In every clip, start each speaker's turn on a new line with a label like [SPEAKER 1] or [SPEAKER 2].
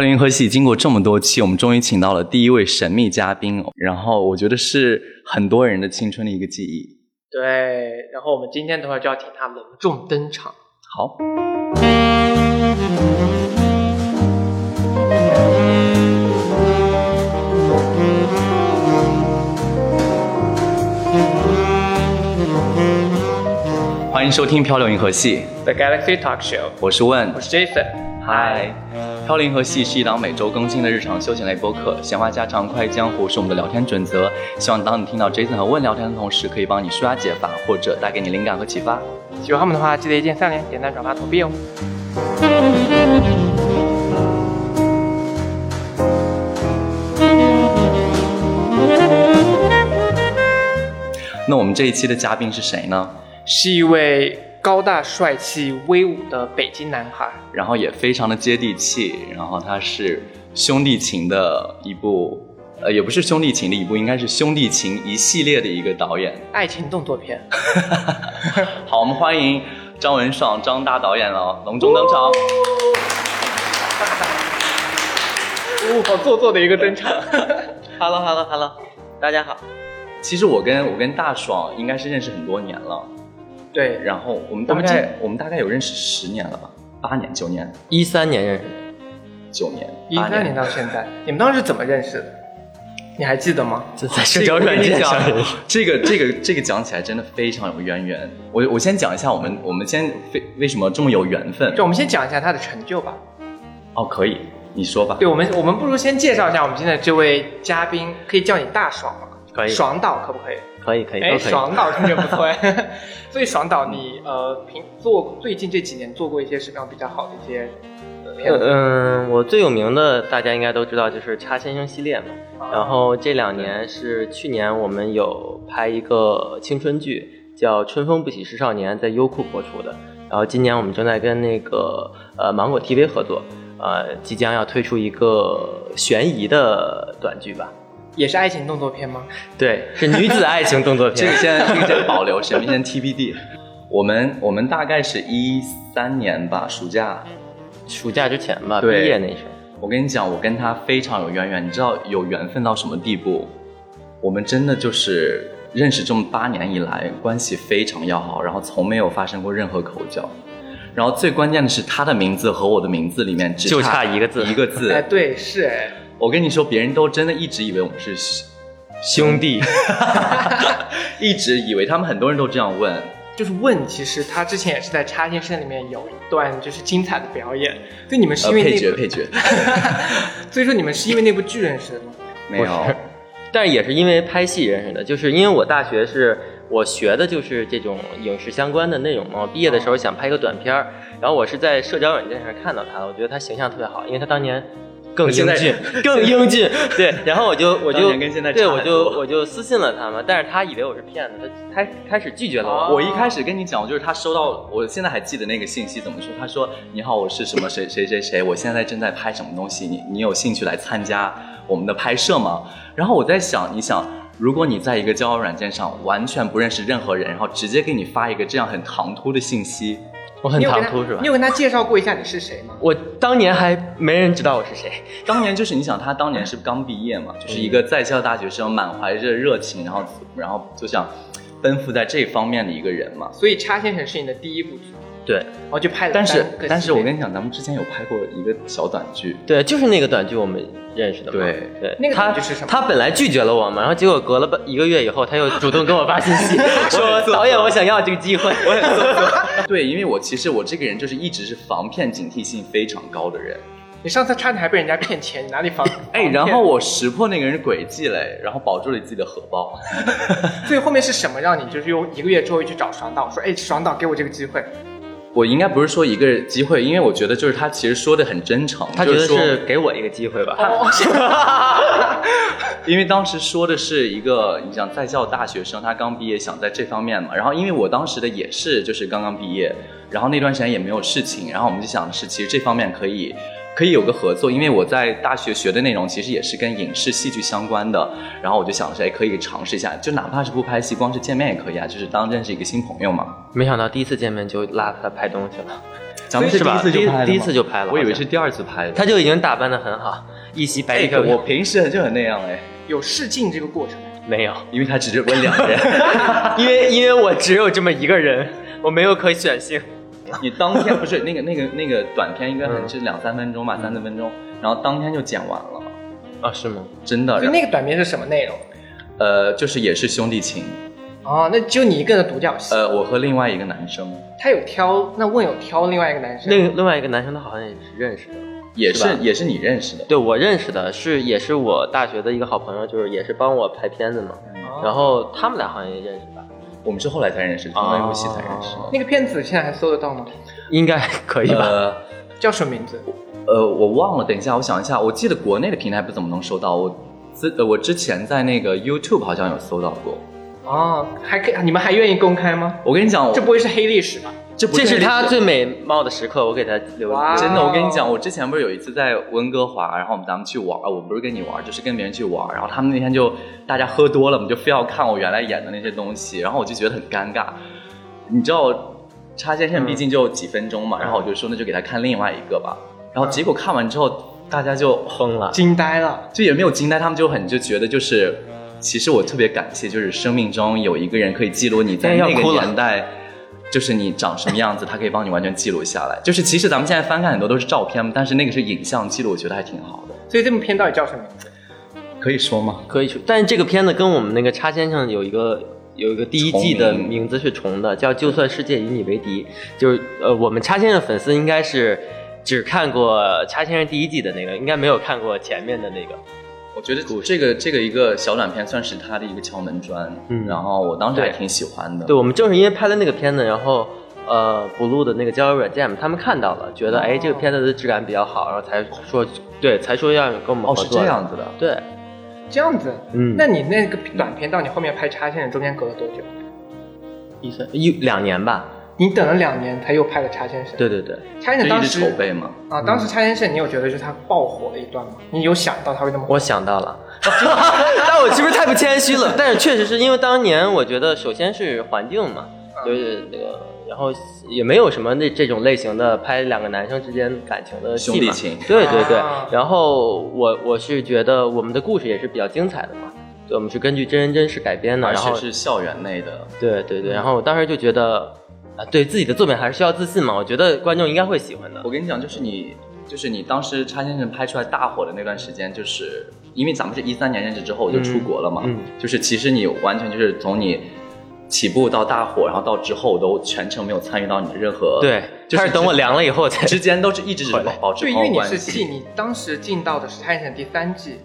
[SPEAKER 1] 零和系经过这么多期，我们终于请到了第一位神秘嘉宾，哦然后我觉得是很多人的青春的一个记忆。
[SPEAKER 2] 对，然后我们今天的话就要请他隆重登场。
[SPEAKER 1] 好，欢迎收听《漂流银河系》，
[SPEAKER 2] The Galaxy Talk Show，
[SPEAKER 1] 我是问
[SPEAKER 2] 我，是 Jason。
[SPEAKER 1] 嗨，《飘零河系》是一档每周更新的日常休闲类播客，闲话家常、快意江湖是我们的聊天准则。希望当你听到 Jason 和问聊天的同时，可以帮你舒压解乏，或者带给你灵感和启发。
[SPEAKER 2] 喜欢我们的话，记得一键三连、点赞、转发、投币哦。
[SPEAKER 1] 那我们这一期的嘉宾是谁呢？
[SPEAKER 2] 是一位高大帅气、威武的北京男孩。
[SPEAKER 1] 然后也非常的接地气，然后他是兄弟情的一部，呃，也不是兄弟情的一部，应该是兄弟情一系列的一个导演。
[SPEAKER 2] 爱情动作 片，
[SPEAKER 1] 好，我们欢迎张文爽张大导演了，隆重登场。
[SPEAKER 2] 哦，好做作的一个登 场。
[SPEAKER 3] Hello Hello Hello，大家好。
[SPEAKER 1] 其实我跟我跟大爽应该是认识很多年了，
[SPEAKER 2] 对，
[SPEAKER 1] 然后我们大
[SPEAKER 2] 我们这
[SPEAKER 1] 概我们大概有认识十年了吧，八年九年
[SPEAKER 3] 一三年认识的，
[SPEAKER 1] 九年
[SPEAKER 2] 一
[SPEAKER 1] 八
[SPEAKER 2] 三年到现在，你们当时是怎么认识的？你还记得吗？
[SPEAKER 3] 这在
[SPEAKER 1] 这
[SPEAKER 3] 社
[SPEAKER 1] 个
[SPEAKER 3] 交软
[SPEAKER 1] 我
[SPEAKER 3] 件上
[SPEAKER 1] 跟你
[SPEAKER 3] 认
[SPEAKER 1] 讲
[SPEAKER 3] 识。
[SPEAKER 1] 这个这个这个讲起来真的非常有渊源。我我先讲一下我们我们先非为什么这么有缘分
[SPEAKER 2] 就我们先讲一下他的成就吧。
[SPEAKER 1] 哦，可以你说吧
[SPEAKER 2] 对，。我们我们不如先介绍一下我们今天的这位嘉宾，可以叫你大爽吗？
[SPEAKER 3] 可以
[SPEAKER 2] 爽导可不可以？
[SPEAKER 3] 可以可以
[SPEAKER 2] 哎，
[SPEAKER 3] 都可以。
[SPEAKER 2] 爽导听着不错哎。所以爽导，你呃平做最近这几年做过一些什么样比较好的一些呃片
[SPEAKER 3] 嗯
[SPEAKER 2] 子？
[SPEAKER 3] 嗯，我最有名的大家应该都知道，就是《叉先生》系列嘛。然后这两年是去年我们有拍一个青春剧，叫《春风不喜是少年》，在优酷播出的。然后今年我们正在跟那个呃芒果 TV 合作，呃，即将要推出一个悬疑的短剧吧。
[SPEAKER 2] 也是爱情动作片吗？
[SPEAKER 3] 对，是女子爱情动作
[SPEAKER 1] 这个
[SPEAKER 3] 片。
[SPEAKER 1] 先这个先保留，神秘先 TBD。我们我们大概是一三年吧，暑假。
[SPEAKER 3] 暑假之前吧，毕
[SPEAKER 1] 对
[SPEAKER 3] 业那时候。
[SPEAKER 1] 我跟你讲，我跟他非常有渊源，你知道有缘分到什么地步？我们真的就是认识这么八年以来，关系非常要好，然后从没有发生过任何口角。然后最关键的是，他的名字和我的名字里面只
[SPEAKER 3] 就差一个字
[SPEAKER 1] 一个
[SPEAKER 2] 哎，
[SPEAKER 1] 字。
[SPEAKER 2] 对，是哎。
[SPEAKER 1] 我跟你说，别人都真的一直以为我们是兄，
[SPEAKER 3] 兄弟，
[SPEAKER 1] 一直以为他们很多人都这样问。呃
[SPEAKER 2] 就是问，其实他之前也是在《插件生》里面有一段就是精彩的表演，所以你们是
[SPEAKER 1] 呃，
[SPEAKER 2] 因为那
[SPEAKER 1] 配
[SPEAKER 2] 部，
[SPEAKER 1] 角配 角，
[SPEAKER 2] 所以说你们是因为那部剧认识的吗？
[SPEAKER 1] 没有
[SPEAKER 3] 不是但是也是因为拍戏认识的，就是因为我大学是我学的就是这种影视相关的内容嘛。我毕业的时候想拍一个短片儿，然后我是在社交软件上看到他的，我觉得他形象特别好，因为他当年更
[SPEAKER 1] 现
[SPEAKER 3] 英
[SPEAKER 1] 在
[SPEAKER 3] 俊，更英俊。对，然后 我就我
[SPEAKER 1] 当
[SPEAKER 3] 就
[SPEAKER 1] 年跟现在
[SPEAKER 3] 对
[SPEAKER 1] 差
[SPEAKER 3] 我
[SPEAKER 1] 很
[SPEAKER 3] 就
[SPEAKER 1] 多
[SPEAKER 3] 我就私信了他嘛，但是他以为我是骗子，他开开始拒绝了我。
[SPEAKER 2] 哦
[SPEAKER 1] 我一开始跟你讲，我就是他收到，我现在还记得那个信息怎么说。他说：“你好，我是什么谁谁谁谁，我现在正在拍什么东西，你你有兴趣来参加我们的拍摄吗？”然后我在想，你想，如果你在一个交友软件上完全不认识任何人，然后直接给你发一个这样很唐突的信息，
[SPEAKER 3] 我很
[SPEAKER 2] 你有
[SPEAKER 3] 唐
[SPEAKER 2] 跟他
[SPEAKER 3] 突是吧
[SPEAKER 2] 你？有跟他介绍过一下你是谁吗？
[SPEAKER 3] 我当年还没人知道我是谁，
[SPEAKER 1] 当年就是你想，他当年是刚毕业嘛，就是一个在校大学生，满怀着热情，然后然后就想奔赴在这方面的一个人嘛。
[SPEAKER 2] 所以《插先生》是你的第一部剧，
[SPEAKER 3] 对
[SPEAKER 2] 然后就拍了
[SPEAKER 1] 但是
[SPEAKER 2] 三个系列。
[SPEAKER 1] 但是我跟你讲，咱们之前有拍过一个小短剧。
[SPEAKER 3] 对，就是那个短剧我们认识的嘛。
[SPEAKER 1] 对
[SPEAKER 3] 对，
[SPEAKER 2] 那个
[SPEAKER 3] 他
[SPEAKER 2] 短剧是什么
[SPEAKER 3] 他本来拒绝了我嘛，然后结果隔了半一个月以后，他又主动跟我发信 息说：“导演，我想要这个机会。”我
[SPEAKER 1] 对，因为我其实我这个人就是一直是防骗警惕性非常高的人。
[SPEAKER 2] 你上次差点还被人家骗钱，你哪里防？
[SPEAKER 1] 哎，
[SPEAKER 2] 防
[SPEAKER 1] 然
[SPEAKER 2] 骗
[SPEAKER 1] 后我识破那个人的诡计嘞，然后保住了自己的荷包。
[SPEAKER 2] 所以后面是什么让你就是用一个月之后去找爽导说，哎，爽导给我这个机会？
[SPEAKER 1] 我应该不是说一个机会，因为我觉得就是他其实说的很真诚，
[SPEAKER 3] 他觉
[SPEAKER 1] 就
[SPEAKER 3] 得
[SPEAKER 1] 说
[SPEAKER 3] 是给我一个机会吧。
[SPEAKER 2] 哦
[SPEAKER 1] 因为当时说的是一个，你想在校大学生，他刚毕业，想在这方面嘛。然后因为我当时的也是就是刚刚毕业，然后那段时间也没有事情，然后我们就想的是，其实这方面可以可以有个合作，因为我在大学学的内容其实也是跟影视戏剧相关的。然后我就想的是，哎，可以尝试一下，就哪怕是不拍戏，光是见面也可以啊，就是当认识一个新朋友嘛。
[SPEAKER 3] 没想到第一次见面就拉他拍东西了，
[SPEAKER 1] 咱们是
[SPEAKER 3] 是
[SPEAKER 1] 第一
[SPEAKER 3] 吧？
[SPEAKER 1] 次就
[SPEAKER 3] 第
[SPEAKER 1] 拍的吗
[SPEAKER 3] 第一次就拍了，
[SPEAKER 1] 我以为
[SPEAKER 3] 好像
[SPEAKER 1] 是第二次拍的。
[SPEAKER 3] 他就已经打扮的很好，一袭白
[SPEAKER 1] 哎，
[SPEAKER 3] 衣
[SPEAKER 1] 可
[SPEAKER 3] 飘
[SPEAKER 1] 我
[SPEAKER 3] 飘。
[SPEAKER 1] 平时就很那样哎，
[SPEAKER 2] 有试镜这个过程吗，
[SPEAKER 3] 没有，
[SPEAKER 1] 因为他只是问两人。
[SPEAKER 3] 因为因为我只有这么一个人，我没有可选性。
[SPEAKER 1] 你当天不是那个那个那个短片，应该很
[SPEAKER 3] 嗯
[SPEAKER 1] 是两三分钟吧，三四分钟，然后当天就剪完了，
[SPEAKER 3] 啊，是吗？
[SPEAKER 1] 真的。
[SPEAKER 2] 所以
[SPEAKER 1] 然后
[SPEAKER 2] 那个短片是什么内容？
[SPEAKER 1] 呃，就是也是兄弟情，
[SPEAKER 2] 哦，那只有你一个人的独角戏。
[SPEAKER 1] 呃，我和另外一个男生
[SPEAKER 2] 他有挑，那问有挑另外一个男生，
[SPEAKER 3] 另另外一个男生他好像也是认识的，
[SPEAKER 1] 也
[SPEAKER 3] 是
[SPEAKER 1] 是
[SPEAKER 3] 吧
[SPEAKER 1] 也是你认识的，
[SPEAKER 3] 对我认识的是也是我大学的一个好朋友，就是也是帮我拍片子嘛。
[SPEAKER 2] 哦
[SPEAKER 3] 然后他们俩好像也认识吧？
[SPEAKER 1] 我们是后来才认识，同一部戏才认识。
[SPEAKER 3] 哦
[SPEAKER 2] 那个片子现在还搜得到吗？
[SPEAKER 3] 应该可以吧？
[SPEAKER 1] 呃
[SPEAKER 2] 叫什么名字？
[SPEAKER 1] 呃，我忘了，等一下，我想一下，我记得国内的平台不怎么能搜到，我之呃我之前在那个 YouTube 好像有搜到过。
[SPEAKER 2] 哦，还可以，你们还愿意公开吗？
[SPEAKER 1] 我跟你讲，我
[SPEAKER 2] 这不会是黑历史吧？
[SPEAKER 1] 这不
[SPEAKER 3] 这是他
[SPEAKER 1] 历史
[SPEAKER 3] 最美貌的时刻，我给他留
[SPEAKER 2] 哇
[SPEAKER 1] 真的，我跟你讲，我之前不是有一次在温哥华，然后我们咱们去玩，呃我不是跟你玩，就是跟别人去玩，然后他们那天就大家喝多了，我们就非要看我原来演的那些东西，然后我就觉得很尴尬。你知道，插线线毕竟就几分钟嘛，然后我就说那就给他看另外一个吧，然后结果看完之后，大家就
[SPEAKER 3] 疯了。
[SPEAKER 2] 惊呆了，
[SPEAKER 1] 就也没有惊呆，他们就很就觉得就是，其实我特别感谢，就是生命中有一个人可以记录你在
[SPEAKER 3] 哎
[SPEAKER 1] 那
[SPEAKER 3] 要
[SPEAKER 1] 个
[SPEAKER 3] 哭了
[SPEAKER 1] 年代，就是你长什么样子，他可以帮你完全记录下来。就是其实咱们现在翻看很多都是照片，但是那个是影像记录，我觉得还挺好的。
[SPEAKER 2] 所以这部片到底叫什么名字？
[SPEAKER 1] 可以说吗？
[SPEAKER 3] 可以去，但是这个片子跟我们那个叉先生有一个有一个第一季的
[SPEAKER 1] 重名
[SPEAKER 3] 名字是重的，叫《就算世界与你为敌》，就是呃，我们叉先生粉丝应该是只看过叉先生第一季的那个，应该没有看过前面的那个。
[SPEAKER 1] 我觉得这个这个一个小短片算是他的一个敲门砖，
[SPEAKER 3] 嗯
[SPEAKER 1] 然后我当时还
[SPEAKER 3] 对
[SPEAKER 1] 挺喜欢的。
[SPEAKER 3] 对，我们正是因为拍了那个片子，然后呃，blue 的那个交友软件嘛，他们看到了，觉得
[SPEAKER 2] 哦
[SPEAKER 3] 哎这个片子的质感比较好，然后才说对，才说要跟我们
[SPEAKER 1] 哦，
[SPEAKER 3] 合
[SPEAKER 1] 是
[SPEAKER 3] 作。
[SPEAKER 1] 这样子的。
[SPEAKER 3] 对，
[SPEAKER 2] 这样子，
[SPEAKER 3] 嗯，
[SPEAKER 2] 那你那个短片到你后面拍插线的中间隔了多久？
[SPEAKER 3] 一三一两年吧。
[SPEAKER 2] 你等了两年才又拍了《插先生》。，
[SPEAKER 3] 对对对，
[SPEAKER 2] 插先
[SPEAKER 1] 就
[SPEAKER 2] 生
[SPEAKER 1] 一
[SPEAKER 2] 当
[SPEAKER 1] 直筹
[SPEAKER 2] 时
[SPEAKER 1] 备嘛，
[SPEAKER 3] 嗯
[SPEAKER 2] 啊，当时《插先生》你有觉得就是他爆火的一段吗？你有想到他会那么火？
[SPEAKER 3] 我想到了， 但我是不是太不谦虚了？ 但是确实是因为当年，我觉得首先是环境嘛，就是那个，然后也没有什么那这种类型的拍两个男生之间感情的戏嘛
[SPEAKER 1] 兄弟情
[SPEAKER 3] 对对对
[SPEAKER 2] 啊。
[SPEAKER 3] 然后我我是觉得我们的故事也是比较精彩的嘛，对，我们是根据真人真事改编的，
[SPEAKER 1] 而
[SPEAKER 3] 然
[SPEAKER 1] 且
[SPEAKER 3] 后
[SPEAKER 1] 是校园内的。
[SPEAKER 3] 对对对，然后我当时就觉得。啊，对自己的作品还是需要自信嘛，我觉得观众应该会喜欢的
[SPEAKER 1] 我。跟你讲，就是你，就是你当时叉先生拍出来大火的那段时间，就是因为咱们是一三年认识之后我就出国了嘛，
[SPEAKER 3] 嗯
[SPEAKER 1] 就是其实你完全就是从你起步到大火，然后到之后都全程没有参与到你的任何，
[SPEAKER 3] 对，
[SPEAKER 1] 就是
[SPEAKER 3] 他是等我凉了以后才
[SPEAKER 1] 之间都是一直是
[SPEAKER 3] 回来
[SPEAKER 1] 保持
[SPEAKER 2] 对，因
[SPEAKER 1] 朋
[SPEAKER 2] 为
[SPEAKER 1] 友
[SPEAKER 2] 你
[SPEAKER 1] 关
[SPEAKER 2] 是
[SPEAKER 1] 系，
[SPEAKER 2] 进，你当时进到的是《插先生》第三季，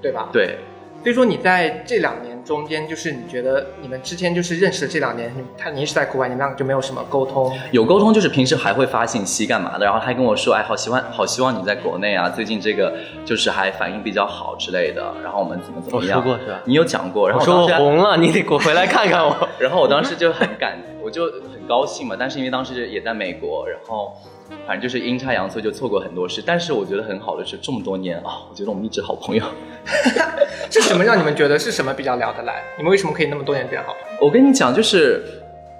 [SPEAKER 2] 对吧？。
[SPEAKER 1] 对，
[SPEAKER 2] 所以说你在这两年中间，就是你觉得你们之间就是认识的这两年，你他你一直在国外，你们俩就没有什么沟通。
[SPEAKER 1] 有沟通，就是平时还会发信息干嘛的，然后他还跟我说，哎，好希望好希望你在国内啊，最近这个就是还反应比较好之类的，然后我们怎么怎
[SPEAKER 3] 我
[SPEAKER 1] 么样，
[SPEAKER 3] 说过是吧？
[SPEAKER 1] 你有讲过，然
[SPEAKER 3] 我
[SPEAKER 1] 后
[SPEAKER 3] 说
[SPEAKER 1] 当
[SPEAKER 3] 我
[SPEAKER 1] 时还
[SPEAKER 3] 红了，你得给我回来看 看我。
[SPEAKER 1] 然后我当时就很感，我就很高兴嘛。但是因为当时也在美国，然后反正就是阴差阳错就错过很多事。但是我觉得很好的是，这么多年啊、我觉得我们一直好朋友。
[SPEAKER 2] 是什么让你们觉得是什么比较聊得来？你们为什么可以那么多年变好？
[SPEAKER 1] 我跟你讲，就是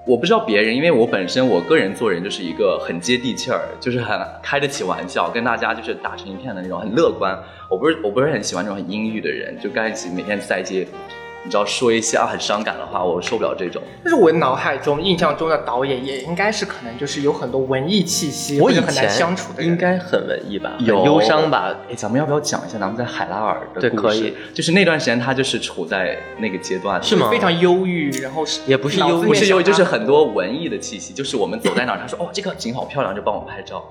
[SPEAKER 1] 我不知道别人，因为我本身我个人做人就是一个很接地气儿，就是很开得起玩笑，跟大家就是打成一片的那种，很乐观。我不是我不是很喜欢那种很阴郁的人，就刚一起每天在一起，你知道说一些啊很伤感的话，我受不了这种。
[SPEAKER 2] 但是我脑海中印象中的导演也应该是可能就是有很多文艺气息，
[SPEAKER 3] 我
[SPEAKER 2] 或
[SPEAKER 3] 以
[SPEAKER 2] 者很难
[SPEAKER 3] 前
[SPEAKER 2] 相处的人
[SPEAKER 3] 应该很文艺吧，很
[SPEAKER 1] 有
[SPEAKER 3] 忧伤吧？
[SPEAKER 1] 哎，咱们要不要讲一下咱们在海拉尔的
[SPEAKER 3] 对
[SPEAKER 1] 故事？
[SPEAKER 3] 可以，
[SPEAKER 1] 就是那段时间他就是处在那个阶段，
[SPEAKER 3] 是吗
[SPEAKER 2] 非常忧郁，然后是
[SPEAKER 3] 也不是忧郁
[SPEAKER 1] 不是有就是
[SPEAKER 2] 很。
[SPEAKER 1] 很多文艺的气息，就是我们走在哪儿，他说哦这个景好漂亮，就帮我拍照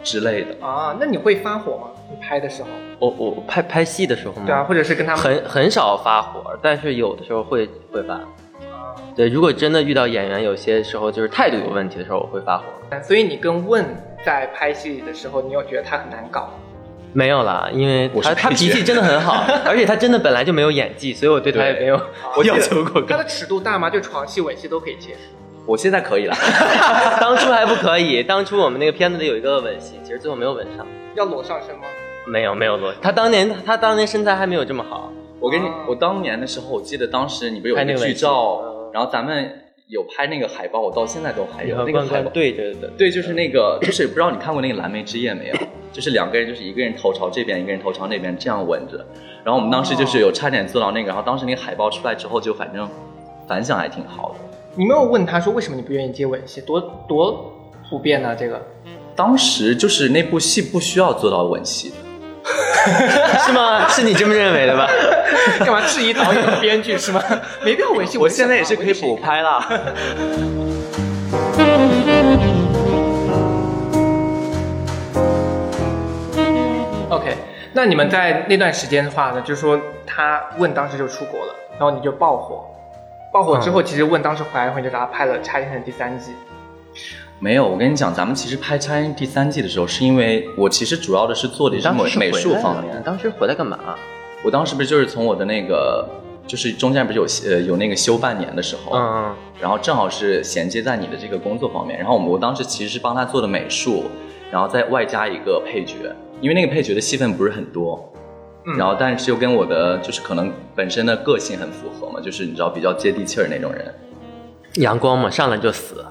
[SPEAKER 1] 之类的。
[SPEAKER 2] 啊，那你会发火吗？你拍的时候，
[SPEAKER 3] 我我我拍拍戏的时候
[SPEAKER 2] 对啊，
[SPEAKER 1] 嗯
[SPEAKER 3] 嘛，
[SPEAKER 2] 或者是跟他们
[SPEAKER 3] 很很少发火，但是有的时候会会发。对，如果真的遇到演员，有些时候就是态度有问题的时候，我会发火。
[SPEAKER 2] 所以你跟问在拍戏的时候，你有觉得他很难搞？
[SPEAKER 3] 没有啦，因为
[SPEAKER 1] 我是
[SPEAKER 3] 他他
[SPEAKER 1] 配角
[SPEAKER 3] 脾气真的很 好，而且他真的本来就没有演技，所以我对他也
[SPEAKER 1] 对
[SPEAKER 3] 没有我要求过
[SPEAKER 2] 他
[SPEAKER 3] 高。
[SPEAKER 2] 的尺度大吗？就床戏、吻戏都可以接受。
[SPEAKER 1] 我现在可以了，
[SPEAKER 3] 当初还不可以，当初我们那个片子里有一个吻戏，其实最后没有吻上。
[SPEAKER 2] 要裸上身吗？
[SPEAKER 3] 没有没有裸，他当年他当年身材还没有这么好。
[SPEAKER 1] 我跟你
[SPEAKER 2] 哦
[SPEAKER 1] 我当年的时候，我记得当时你不是有
[SPEAKER 3] 拍
[SPEAKER 1] 一
[SPEAKER 3] 那
[SPEAKER 1] 个
[SPEAKER 3] 个
[SPEAKER 1] 剧
[SPEAKER 3] 吻戏
[SPEAKER 1] 照
[SPEAKER 3] 嗯，
[SPEAKER 1] 然后咱们有拍那个海报，我到现在都还有
[SPEAKER 3] 和
[SPEAKER 1] 那个
[SPEAKER 3] 关
[SPEAKER 1] 海
[SPEAKER 3] 关
[SPEAKER 1] 报。
[SPEAKER 3] 对着的，
[SPEAKER 1] 对，就是那个，就是不知道你看过那个《蓝莓之夜》没有？就是两个人，就是一个人头朝这边，一个人头朝那边，这样吻着。然后我们当时就是有差点做到那个，然后当时那个海报出来之后，就反正反响还挺好的。
[SPEAKER 2] 你没有问他说为什么你不愿意接吻戏，多多普遍呢、这个
[SPEAKER 1] 当时就是那部戏不需要做到吻戏，
[SPEAKER 3] 是吗？是你这么认为 的吧？
[SPEAKER 2] 干嘛质疑导演和编剧 是吗？没必要维系。
[SPEAKER 1] 我现在也是可以补拍啦。
[SPEAKER 2] OK，那你们在那段时间的话呢，就是说他问当时就出国了，然后你就爆火，爆火之后，
[SPEAKER 1] 嗯
[SPEAKER 2] 其实问当时回来以后，你就给他拍了《差先生》第三季。
[SPEAKER 1] 没有，我跟你讲，咱们其实拍《差异》第三季的时候，是因为我其实主要的是做的
[SPEAKER 3] 你
[SPEAKER 1] 是
[SPEAKER 3] 当
[SPEAKER 1] 美
[SPEAKER 3] 时是
[SPEAKER 1] 美
[SPEAKER 3] 回
[SPEAKER 1] 术
[SPEAKER 3] 来
[SPEAKER 1] 方
[SPEAKER 3] 了
[SPEAKER 1] 面
[SPEAKER 3] 你。当时回来干嘛？
[SPEAKER 1] 我当时不是就是从我的那个，就是中间不是有呃有那个休半年的时候，
[SPEAKER 3] 嗯，
[SPEAKER 1] 然后正好是衔接在你的这个工作方面，然后我们我当时其实是帮他做的美术，然后再外加一个配角，因为那个配角的戏份不是很多，
[SPEAKER 2] 嗯
[SPEAKER 1] 然后但是又跟我的就是可能本身的个性很符合嘛，就是你知道比较接地气儿那种人，
[SPEAKER 3] 阳光嘛，上来就死，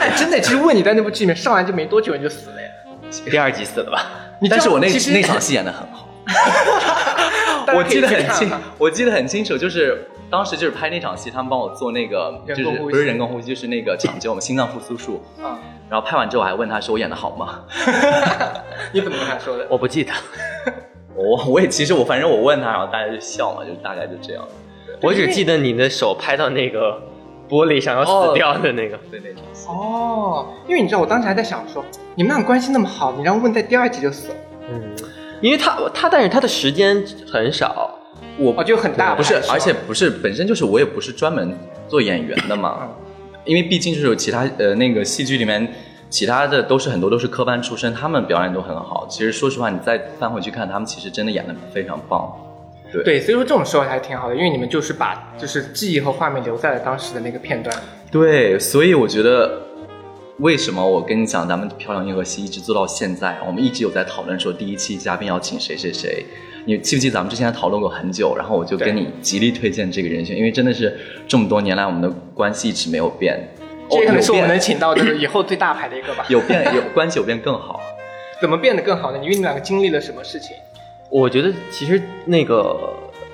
[SPEAKER 2] 哎， 真的，其实问你在那部剧里面上来就没多久你就死了呀。
[SPEAKER 3] 第二集死了吧？
[SPEAKER 2] 你知道
[SPEAKER 1] 但是我那
[SPEAKER 2] 其实
[SPEAKER 1] 那场戏演的很好，
[SPEAKER 2] 大
[SPEAKER 1] 哦
[SPEAKER 2] 家
[SPEAKER 1] 我
[SPEAKER 2] 可以
[SPEAKER 1] 记得
[SPEAKER 2] 去
[SPEAKER 1] 很
[SPEAKER 2] 看
[SPEAKER 1] 清
[SPEAKER 2] 啊，
[SPEAKER 1] 我记得很清楚，就是当时就是拍那场戏，他们帮我做那个就
[SPEAKER 2] 人
[SPEAKER 1] 是
[SPEAKER 2] 工呼吸
[SPEAKER 1] 不是人工呼吸，就是那个抢救我们心脏复苏术，
[SPEAKER 2] 啊，
[SPEAKER 1] 然后拍完之后我还问他说我演的好吗？
[SPEAKER 2] 你怎么跟他说的？
[SPEAKER 3] 我不记得，
[SPEAKER 1] 我我也其实我反正我问他，然后大家就笑嘛，就大概就这样。
[SPEAKER 3] 我只记得你的手拍到那个玻璃上要死掉的那个。
[SPEAKER 1] 对对对，
[SPEAKER 2] 哦，因为你知道，我当时还在想说，你们俩关系那么好，你让问在第二集就死了，
[SPEAKER 3] 嗯，因为他他但是他的时间很少，
[SPEAKER 1] 我
[SPEAKER 2] 哦，就很大牌
[SPEAKER 1] 不是
[SPEAKER 2] 吧，
[SPEAKER 1] 而且不是本身就是我也不是专门做演员的
[SPEAKER 2] 嗯
[SPEAKER 1] 嘛，因为毕竟就是有其他呃那个戏剧里面其他的都是很多都是科班出身，他们表演都很好。其实说实话，你再翻回去看，他们其实真的演的非常棒。对
[SPEAKER 2] 对，所以说这种时候还挺好的，因为你们就是把就是记忆和画面留在了当时的那个片段。
[SPEAKER 1] 哦对，所以我觉得。为什么我跟你讲，咱们《漂亮银河系》一直做到现在，我们一直有在讨论说第一期嘉宾要请谁谁谁。你记不记得咱们之前讨论过很久？然后我就跟
[SPEAKER 2] 对
[SPEAKER 1] 你极力推荐这个人选，因为真的是这么多年来我们的关系一直没有变。
[SPEAKER 2] 这可能是我
[SPEAKER 1] 有变
[SPEAKER 2] 们能请到就是以后最大牌的一个吧。
[SPEAKER 1] 有变有关系有变更好。
[SPEAKER 2] 怎么变得更好呢？因为你们两个经历了什么事情？
[SPEAKER 3] 我觉得其实那个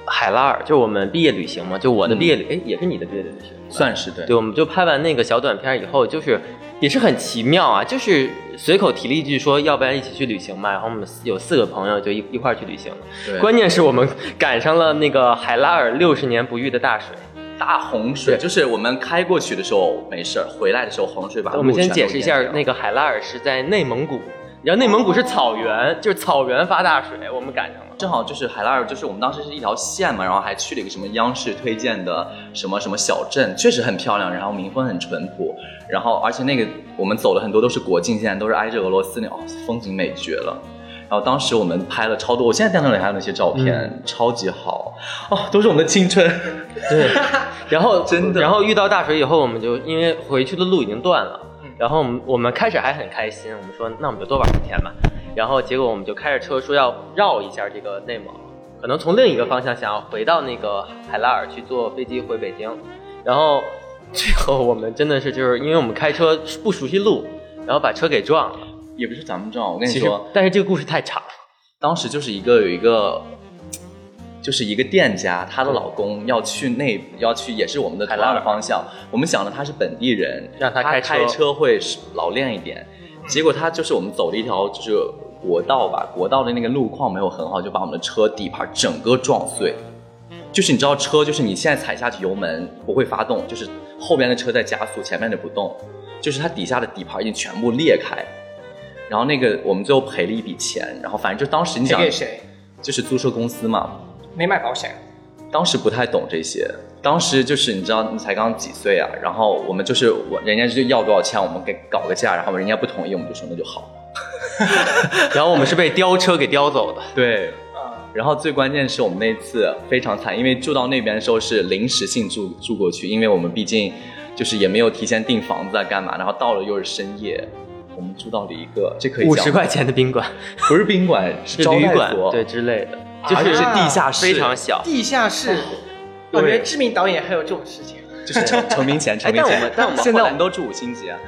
[SPEAKER 3] 海拉尔，就我们毕业旅行嘛，就我的毕业旅，哎、也是你的毕业旅行，
[SPEAKER 1] 算是对，嗯
[SPEAKER 3] 对，我们就拍完那个小短片以后，就是也是很奇妙啊，就是随口提了一句说，要不然一起去旅行嘛，然后我们有四个朋友就一一块儿去旅行了。
[SPEAKER 1] 对
[SPEAKER 3] 关键是我们赶上了那个海拉尔六十年不遇的大水。
[SPEAKER 1] 大呃洪水就是我们开过去的时候没事儿，回来的时候洪水把
[SPEAKER 3] 我们先解释一下，那
[SPEAKER 1] 个
[SPEAKER 3] 个海拉尔是在内蒙古，然后内蒙古是草原，就是草原发大水，我们赶上了。
[SPEAKER 1] 正好就是海拉尔，就是我们当时是一条线嘛，然后还去了一个什么央视推荐的什么什么小镇，确实很漂亮，然后民风很淳朴，然后而且那个我们走了很多都是国境线，都是挨着俄罗斯那哦，风景美绝了。然后当时我们拍了超多，我现在电脑里还有那些照片，超级好 哦，都是我们的青春。
[SPEAKER 3] 对，然后
[SPEAKER 1] 真的
[SPEAKER 3] 然后遇到大水以后，我们就因为回去的路已经断了
[SPEAKER 2] 嗯，
[SPEAKER 3] 然后我们我们开始还很开心，我们说那我们就多玩几天吧，然后结果我们就开着车说要绕一下这个内蒙，可能从另一个方向想要回到那个海拉尔去坐飞机回北京，然后最后我们真的是就是因为我们开车不熟悉路，然后把车给撞了。
[SPEAKER 1] 也不是咱们这样，我跟你
[SPEAKER 3] 其实
[SPEAKER 1] 说，，
[SPEAKER 3] 但是这个故事太长了。
[SPEAKER 1] 当时就是一个有一个，就是一个店家，她的老公要去那要去，也是我们的同样的方向。我们想着他是本地人，
[SPEAKER 3] 让他
[SPEAKER 1] 他
[SPEAKER 3] 开车
[SPEAKER 1] 车会老练一点。结果他就是我们走了一条就是国道吧，国道的那个路况没有很好，就把我们的车底盘整个撞碎。就是你知道车，就是你现在踩下去油门不会发动，就是后边的车在加速，前面的不动，就是它底下的底盘已经全部裂开。然后那个我们最后赔了一笔钱，然后反正就当时你
[SPEAKER 2] 谁
[SPEAKER 1] 想
[SPEAKER 2] 哎给谁？
[SPEAKER 1] 就是租车公司嘛，
[SPEAKER 2] 没买保险。
[SPEAKER 1] 当时不太懂这些，当时就是你知道你才刚几岁啊，然后我们就是我人家就要多少钱，我们给搞个价，然后人家不同意，我们就说那就好。
[SPEAKER 3] 然后我们是被吊车给叼走的，
[SPEAKER 1] 对，
[SPEAKER 2] 啊、
[SPEAKER 1] 然后最关键是我们那次非常惨，因为住到那边的时候是临时性住住过去，因为我们毕竟就是也没有提前订房子啊干嘛，然后到了又是深夜，我们住到了一个这可以
[SPEAKER 3] 五
[SPEAKER 1] 讲
[SPEAKER 3] 十
[SPEAKER 1] 吗
[SPEAKER 3] 块钱的宾馆、
[SPEAKER 1] 不是宾馆是
[SPEAKER 3] 是
[SPEAKER 1] 招
[SPEAKER 3] 旅
[SPEAKER 1] 待
[SPEAKER 3] 馆
[SPEAKER 1] 所，
[SPEAKER 3] 对之类的，
[SPEAKER 1] 而且是
[SPEAKER 2] 啊
[SPEAKER 1] 地下室，
[SPEAKER 3] 非常小。
[SPEAKER 2] 地下室，我哦
[SPEAKER 1] 对
[SPEAKER 2] 觉得知名导演还有这种事情。
[SPEAKER 1] 就是成成名前，成
[SPEAKER 3] 哎
[SPEAKER 1] 名
[SPEAKER 3] 但
[SPEAKER 1] 前
[SPEAKER 3] 我们但我们后来
[SPEAKER 1] 现在我们都住五星级啊，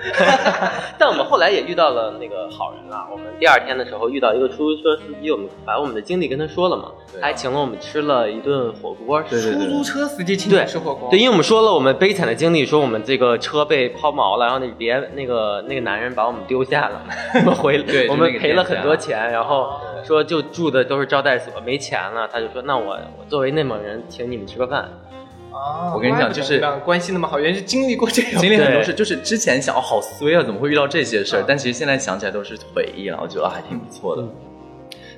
[SPEAKER 3] 但我们后来也遇到了那个好人了。我们第二天的时候遇到一个出租车司机，我们把我们的经历跟他说了嘛，
[SPEAKER 1] 对啊
[SPEAKER 3] 还请了我们吃了一顿火锅。
[SPEAKER 1] 对对
[SPEAKER 2] 出
[SPEAKER 1] 对
[SPEAKER 2] 租车司机请你
[SPEAKER 3] 对
[SPEAKER 2] 吃火锅，
[SPEAKER 3] 对，因为我们说了我们悲惨的经历，说我们这个车被抛锚了，然后那别那个那个男人把我们丢下了， 我们回
[SPEAKER 1] 对就
[SPEAKER 3] 我
[SPEAKER 1] 那个啊
[SPEAKER 3] 们赔了
[SPEAKER 1] 店家
[SPEAKER 3] 很多钱，然后说就住的都是招待所，没钱了，他就说那我我作为内蒙人，请你们吃个饭。
[SPEAKER 2] 啊，
[SPEAKER 1] 我跟你讲
[SPEAKER 2] 怪不得
[SPEAKER 1] 就是
[SPEAKER 2] 让关系那么好，原来是经历过这种
[SPEAKER 1] 经历很多
[SPEAKER 3] 对
[SPEAKER 1] 事，就是之前想哦好衰啊，怎么会遇到这些事儿
[SPEAKER 2] 嗯？
[SPEAKER 1] 但其实现在想起来都是回忆了，我觉得啊还挺不错的。
[SPEAKER 3] 嗯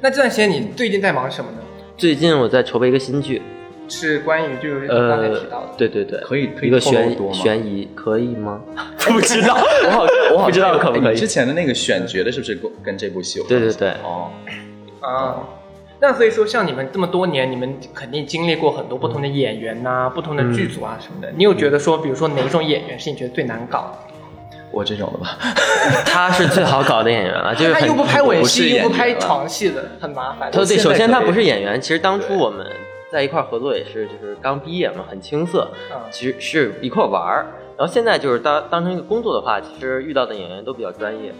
[SPEAKER 2] 那这段时间你最近在忙什么呢？
[SPEAKER 3] 最近我在筹备一个新剧，
[SPEAKER 2] 是关于就是
[SPEAKER 3] 呃，
[SPEAKER 2] 刚才提到的，
[SPEAKER 3] 对对对，
[SPEAKER 1] 可以可以
[SPEAKER 3] 一个
[SPEAKER 1] 透露
[SPEAKER 3] 悬
[SPEAKER 1] 多吗
[SPEAKER 3] 悬疑，可以吗？
[SPEAKER 1] 不知道，我好像我好像
[SPEAKER 3] 不知道可不可以
[SPEAKER 1] 哎你之前的那个选角的是不是跟跟这部戏有关
[SPEAKER 3] 对
[SPEAKER 1] 系？
[SPEAKER 3] 对对，
[SPEAKER 1] 哦，
[SPEAKER 2] 啊。那所以说，像你们这么多年，你们肯定经历过很多不同的演员
[SPEAKER 1] 嗯
[SPEAKER 2] 呐、不同的剧组啊什么的。你有觉得说，比如说哪一种演员是你觉得最难搞？
[SPEAKER 1] 我这种的吧，
[SPEAKER 3] 他是最好搞的演员了，就是
[SPEAKER 2] 他
[SPEAKER 3] 很
[SPEAKER 2] 又不拍吻
[SPEAKER 1] 不是
[SPEAKER 2] 戏，又不
[SPEAKER 1] 演员
[SPEAKER 2] 拍
[SPEAKER 1] 了
[SPEAKER 2] 床戏的，很麻烦。
[SPEAKER 3] 他对，
[SPEAKER 1] 现在
[SPEAKER 3] 首先他
[SPEAKER 1] 可以
[SPEAKER 3] 不是演员，其实当初
[SPEAKER 1] 对
[SPEAKER 3] 我们在一块儿合作也是，就是刚毕业嘛，很青涩，
[SPEAKER 2] 嗯
[SPEAKER 3] 其实是一块儿玩儿。然后现在就是当当成一个工作的话，其实遇到的演员都比较专业，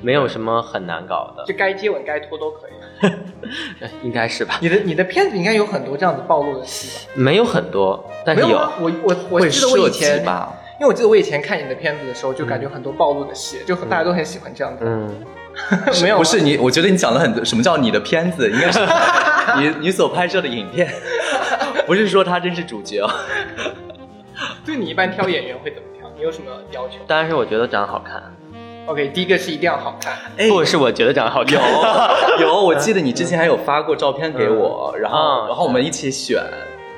[SPEAKER 3] 没有什么很难搞的，
[SPEAKER 2] 就该接吻该拖都可以。
[SPEAKER 3] 应该是吧？
[SPEAKER 2] 你的你的片子应该有很多这样子暴露的戏吧？
[SPEAKER 3] 没有很多，但是
[SPEAKER 2] 没
[SPEAKER 3] 有
[SPEAKER 2] 啊我我我
[SPEAKER 1] 会
[SPEAKER 2] 记得我
[SPEAKER 1] 设
[SPEAKER 2] 以
[SPEAKER 1] 计
[SPEAKER 2] 前，
[SPEAKER 1] 吧？
[SPEAKER 2] 因为我记得我以前看你的片子的时候，就感觉很多暴露的戏，就很大家都很喜欢这样子。
[SPEAKER 3] 嗯，
[SPEAKER 2] 没有吗
[SPEAKER 1] 不是你，我觉得你讲了很多。什么叫你的片子？应该是 你你所拍摄的影片，不是说他真是主角哦。
[SPEAKER 2] 对你一般挑演员会怎么挑？你有什么要求
[SPEAKER 3] 当然是我觉得长得好看，
[SPEAKER 2] ？OK，第一个是一定要好看，
[SPEAKER 1] 哎
[SPEAKER 3] 或者是我觉得长得好看。
[SPEAKER 2] 哦
[SPEAKER 1] 有啊有，我记得你之
[SPEAKER 2] 嗯
[SPEAKER 1] 前还有发过照片给我，然后
[SPEAKER 3] 嗯
[SPEAKER 1] 然后我们一起选，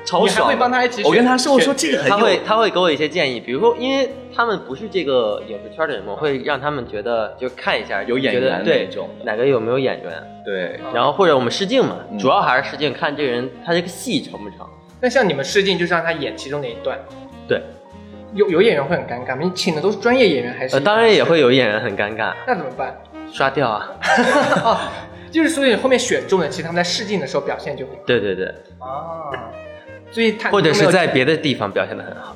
[SPEAKER 1] 超
[SPEAKER 2] 啊你还
[SPEAKER 1] 爽的。
[SPEAKER 2] 会帮他一起选
[SPEAKER 1] 我跟他说，我说这个很
[SPEAKER 3] 他
[SPEAKER 1] 呃有
[SPEAKER 3] 会他会给我一些建议，比如说，因为他们不是这个影视圈的人嘛，我会让他们觉得就是看一下
[SPEAKER 1] 有演
[SPEAKER 3] 觉得
[SPEAKER 1] 员那
[SPEAKER 3] 对
[SPEAKER 1] 种的
[SPEAKER 3] 哪个有没有演员，
[SPEAKER 1] 对
[SPEAKER 2] 啊
[SPEAKER 3] 然后或者我们试镜嘛，
[SPEAKER 1] 嗯
[SPEAKER 3] 主要还是试镜，看这个人他这个戏成不成。
[SPEAKER 2] 那像你们试镜就是让他演其中哪一段，
[SPEAKER 3] 对，
[SPEAKER 2] 有有演员会很尴尬吗？你请的都是专业演员还是？
[SPEAKER 3] 呃，当然也。会有演员很尴尬，
[SPEAKER 2] 那怎么办？
[SPEAKER 3] 刷掉啊。
[SPEAKER 2] 哦，就是所以后面选中的，其实他们在试镜的时候表现就很
[SPEAKER 3] 对对对，
[SPEAKER 2] 啊，所以他
[SPEAKER 3] 或者是在
[SPEAKER 2] 你有没有
[SPEAKER 3] 别的地方表现的很好。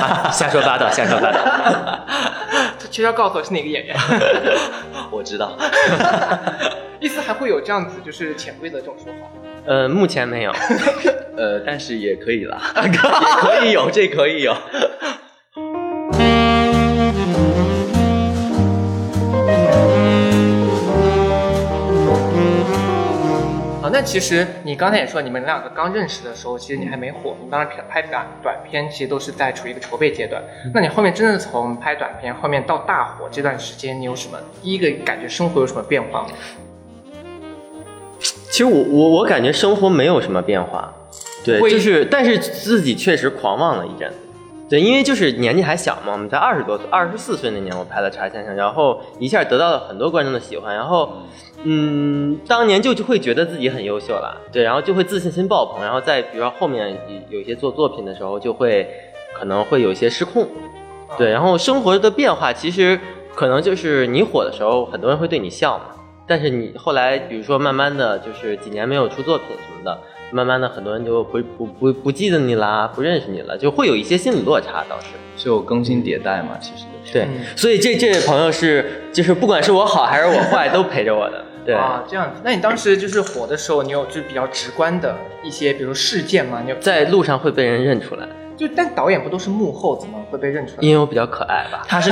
[SPEAKER 3] 啊瞎说八道，瞎说八道。
[SPEAKER 2] 悄悄告诉我是哪个演员， 啊
[SPEAKER 1] 我知道。
[SPEAKER 2] 意思还会有这样子就是潜规则这种说法。
[SPEAKER 3] 呃，目前没有。
[SPEAKER 1] 呃，但是也可以啦，也可以有，这可以 有。
[SPEAKER 2] 啊，那其实你刚才也说，你们两个刚认识的时候，其实你还没火，你当时拍拍短短片，其实都是在处于一个筹备阶段。那你后面真的从拍短片后面到大火这段时间，你有什么第一个感觉生活有什么变化吗？
[SPEAKER 3] 其实我我我感觉生活没有什么变化，对，
[SPEAKER 2] 会
[SPEAKER 3] 就是但是自己确实狂妄了一阵子，对，因为就是年纪还小嘛，我们才二十多岁，二十四岁那年我拍了《茶先生》，然后一下得到了很多观众的喜欢，然后嗯，当年就就会觉得自己很优秀了，对，然后就会自信心爆棚，然后再比如说后面有有一些做作品的时候，就会可能会有一些失控，对，然后生活的变化其实可能就是你火的时候，很多人会对你笑嘛。但是你后来，比如说慢慢的就是几年没有出作品什么的，慢慢的很多人就不不不不记得你啦，不认识你了，就会有一些心理落差倒是。
[SPEAKER 1] 就更新迭代嘛，其实就是。
[SPEAKER 3] 对，
[SPEAKER 2] 嗯
[SPEAKER 3] 所以这这位朋友是就是不管是我好还是我坏都陪着我 的。对，
[SPEAKER 2] 啊，这样子。那你当时就是火的时候，你有就比较直观的一些，比如事件吗？你有
[SPEAKER 3] 在路上会被人认出来，
[SPEAKER 2] 就但导演不都是幕后，怎么会被认出来？
[SPEAKER 3] 因为我比较可爱吧。
[SPEAKER 1] 他是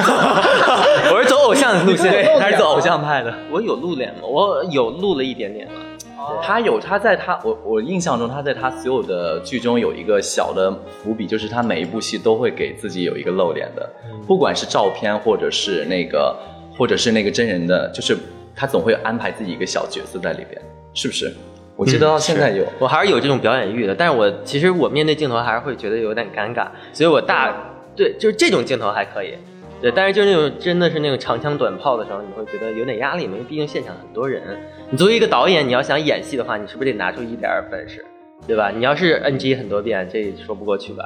[SPEAKER 3] 我是走偶像的路线，
[SPEAKER 2] 你有露脸吗
[SPEAKER 3] 他是走偶像派的。我有露脸吗？我有露了一点点了。
[SPEAKER 2] 哦
[SPEAKER 1] 他有他在他我我印象中他在他所有的剧中有一个小的伏笔，就是他每一部戏都会给自己有一个露脸的，不管是照片或者是那个或者是那个真人的，就是他总会安排自己一个小角色在里边，是不是？我记得到现在有，
[SPEAKER 3] 我还是有这种表演欲的，但是我其实我面对镜头还是会觉得有点尴尬，所以我大对就是这种镜头还可以，对，但是就是那种真的是那种长枪短炮的时候，你会觉得有点压力嘛，因为毕竟现场很多人，你作为一个导演，你要想演戏的话，你是不是得拿出一点儿本事，对吧？你要是 NG 很多遍，这说不过去吧？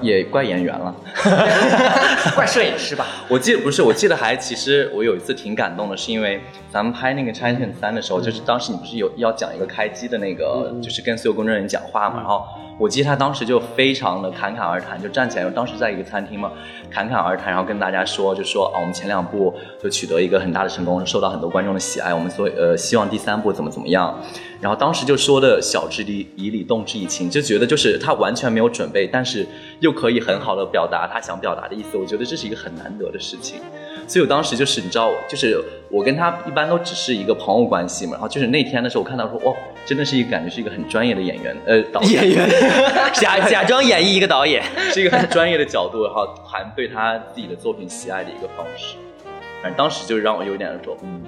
[SPEAKER 1] 也怪演员了。
[SPEAKER 2] 怪摄影师吧？
[SPEAKER 1] 我记得不是，我记得还其实我有一次挺感动的，是因为咱们拍那个《拆迁三》的时候，就是当时你不是有要讲一个开机的那个，就是跟所有工作人员讲话嘛，然后我记得他当时就非常的侃侃而谈，就站起来，当时在一个餐厅嘛，侃侃而谈，然后跟大家说，就说啊，我们前两部就取得一个很大的成功，受到很多观众的喜爱，我们所以呃希望第三部怎么怎么样。然后当时就说的晓之以以理，动之以情，就觉得就是他完全没有准备，但是又可以很好的表达他想表达的意思。我觉得这是一个很难得的事情，所以我当时就是你知道，就是我跟他一般都只是一个朋友关系嘛。然后就是那天的时候，我看到说，哇，真的是一个感觉是一个很专业的演员，呃，导演
[SPEAKER 3] 演员假假装演绎一个导演，
[SPEAKER 1] 是一个很专业的角度，然后谈对他自己的作品喜爱的一个方式。反正当时就让我有点说，嗯，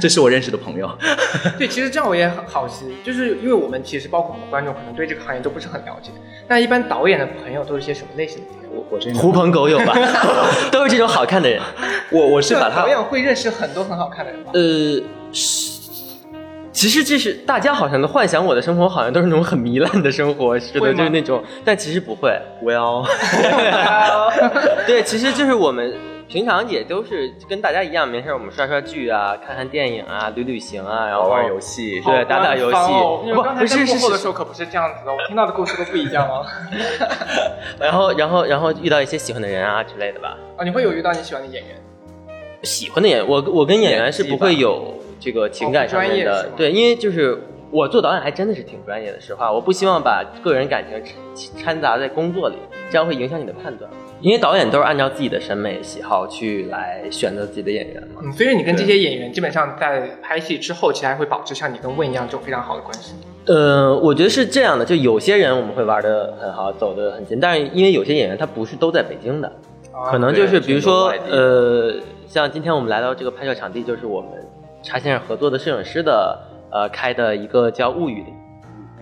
[SPEAKER 1] 这是我认识的朋友。
[SPEAKER 2] 对，其实这样我也很好奇，就是因为我们其实包括我们观众可能对这个行业都不是很了解。那一般导演的朋友都是些什么类型的朋友？
[SPEAKER 1] 我我真的
[SPEAKER 3] 狐朋狗友吧， 都是这种好看的人。
[SPEAKER 1] 我我是把他
[SPEAKER 2] 导演会认识很多很好看的人吧？
[SPEAKER 3] 呃，是其实这是大家好像都幻想我的生活，好像都是那种很糜烂的生活似
[SPEAKER 2] 会
[SPEAKER 3] 的，
[SPEAKER 2] 吗
[SPEAKER 3] 就是那种，但其实不会。
[SPEAKER 1] well。
[SPEAKER 3] 对，其实就是我们平常也都是跟大家一样，没事儿我们刷刷剧啊，看看电影啊，旅旅行啊，然后
[SPEAKER 1] 玩玩游戏，
[SPEAKER 3] 对打打游戏
[SPEAKER 2] 因为
[SPEAKER 3] 不
[SPEAKER 2] 刚才
[SPEAKER 3] 不是
[SPEAKER 2] 在幕
[SPEAKER 3] 是
[SPEAKER 2] 后的
[SPEAKER 3] 是
[SPEAKER 2] 时候可不是这样子的，我听到的故事都不一样 哦。
[SPEAKER 3] 然后然后然后遇到一些喜欢的人啊之类的吧。
[SPEAKER 2] 啊，你会有遇到你喜欢的演员？
[SPEAKER 3] 喜欢的演，我我跟演员是不会
[SPEAKER 1] 演技吧
[SPEAKER 3] 有这个情感上
[SPEAKER 2] 哦
[SPEAKER 3] 面
[SPEAKER 2] 不专业
[SPEAKER 3] 的
[SPEAKER 2] 是吗，
[SPEAKER 3] 对，因为就是我做导演还真的是挺专业的，实话，我不希望把个人感情掺掺杂在工作里，这样会影响你的判断。因为导演都是按照自己的审美喜好去来选择自己的演员嘛。
[SPEAKER 2] 嗯，所以你跟这些演员基本上在拍戏之后，其实还会保持像你跟问一样这种非常好的关系。
[SPEAKER 3] 呃，我觉得是这样的，就有些人我们会玩的很好，走的很近，但是因为有些演员他不是都在北京的，
[SPEAKER 2] 啊
[SPEAKER 3] 嗯可能就
[SPEAKER 1] 对
[SPEAKER 3] 是比如
[SPEAKER 1] 全都
[SPEAKER 3] 说
[SPEAKER 1] 外地
[SPEAKER 3] 呃，像今天我们来到这个拍摄场地，就是我们查先生合作的摄影师的呃开的一个叫物语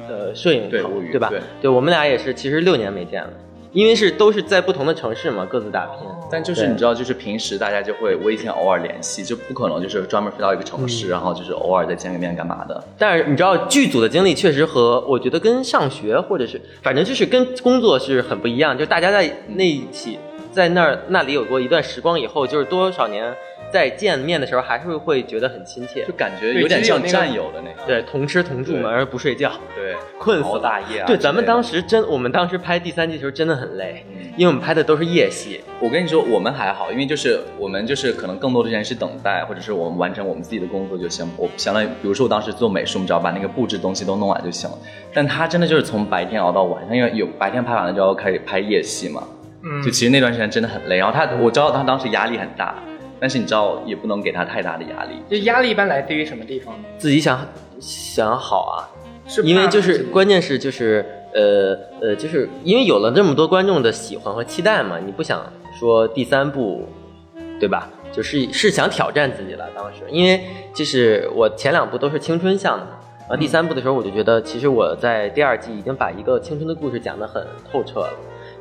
[SPEAKER 3] 的摄影
[SPEAKER 1] 嗯对
[SPEAKER 3] 棚，
[SPEAKER 1] 物语
[SPEAKER 3] 对吧？
[SPEAKER 1] 对
[SPEAKER 3] 我们俩也是，其实六年没见了，因为是都是在不同的城市嘛，各自打拼。
[SPEAKER 1] 但就是你知道，就是平时大家就会微信偶尔联系，就不可能就是专门飞到一个城市，然后就是偶尔再见个面干嘛的。
[SPEAKER 3] 但是你知道，剧组的经历确实和我觉得跟上学或者是反正就是跟工作是很不一样，就大家在那一起在那儿那里有过一段时光以后，就是多少年再见面的时候，还是会觉得很亲切
[SPEAKER 1] 就。感觉有点像战友的那种。
[SPEAKER 3] 对，同吃同住嘛，
[SPEAKER 1] 对
[SPEAKER 3] 而不睡觉，
[SPEAKER 1] 对，
[SPEAKER 3] 困死
[SPEAKER 1] 熬
[SPEAKER 3] 了。
[SPEAKER 1] 大夜啊。
[SPEAKER 3] 对，咱们当
[SPEAKER 1] 时，
[SPEAKER 3] 时真，我们当时拍第三季的时候真的很累，
[SPEAKER 1] 嗯
[SPEAKER 3] 因为我们拍的都是夜戏。
[SPEAKER 1] 我跟你说，我们还好，因为就是我们就是可能更多的时间是等待，或者是我们完成我们自己的工作就行。我相当于，比如说我当时做美术，我们只要把那个布置东西都弄完就行了。但他真的就是从白天熬到晚上，因为有白天拍完了就要开始拍夜戏嘛。
[SPEAKER 2] 嗯
[SPEAKER 1] 就，其实那段时间真的很累。然后他，我知道他当时压力很大，但是你知道也不能给他太大的压力。
[SPEAKER 2] 就压力一般来自于什么地方呢？
[SPEAKER 3] 自己想想好啊，
[SPEAKER 2] 是
[SPEAKER 3] 因为
[SPEAKER 2] 怕
[SPEAKER 3] 就是关键是就是呃呃，就是因为有了这么多观众的喜欢和期待嘛，你不想说第三部，对吧？就是是想挑战自己了。当时因为就是我前两部都是青春向的嘛，然后第三部的时候我就觉得，其实我在第二季已经把一个青春的故事讲得很透彻了，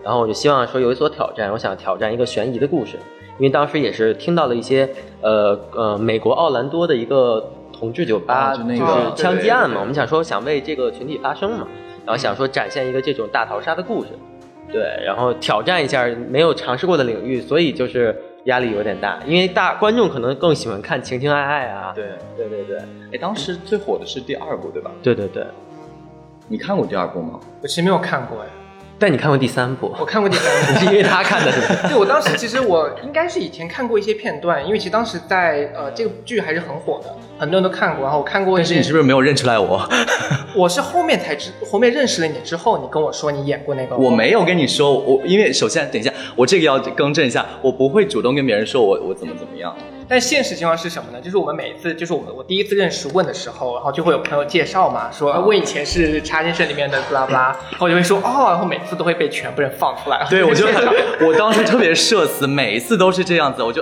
[SPEAKER 3] 然后我就希望说有所挑战，我想挑战一个悬疑的故事。因为当时也是听到了一些，呃呃，美国奥兰多的一个同志酒吧，
[SPEAKER 1] 啊就那
[SPEAKER 3] 就
[SPEAKER 2] 个
[SPEAKER 3] 是枪击案
[SPEAKER 1] 对对
[SPEAKER 3] 嘛，
[SPEAKER 1] 对
[SPEAKER 3] 我们想说想为这个群体发声嘛，然后想说展现一个这种大逃杀的故事，对，然后挑战一下没有尝试过的领域，所以就是压力有点大，因为大观众可能更喜欢看情情爱爱啊，
[SPEAKER 1] 对，
[SPEAKER 3] 对对对
[SPEAKER 1] 哎，当时最火的是第二部，对吧？
[SPEAKER 3] 对对对。
[SPEAKER 1] 你看过第二部吗？
[SPEAKER 2] 我其实没有看过哎，
[SPEAKER 3] 但你看过第三部，
[SPEAKER 2] 我看过第三部
[SPEAKER 3] 你。是因为他看的是吧？
[SPEAKER 2] 对，我当时其实我应该是以前看过一些片段，因为其实当时在呃这个剧还是很火的，很多人都看过。然后我看过一
[SPEAKER 1] 但是你
[SPEAKER 2] 些，
[SPEAKER 1] 是不是没有认出来我？
[SPEAKER 2] 我是后面才知，后面认识了你之后，你跟我说你演过那 个，
[SPEAKER 1] 我没有跟你说，我因为首先等一下，我这个要更正一下，我不会主动跟别人说我我怎么怎么样。
[SPEAKER 2] 但现实情况是什么呢？就是我们每次，就是我们我第一次认识问的时候，然后就会有朋友介绍嘛，说、啊、我以前是插件社里面的布拉布拉，然后我就会说哦，然后每次都会被全部人放出来。
[SPEAKER 1] 对，我 就我当时特别社死，每一次都是这样子，我就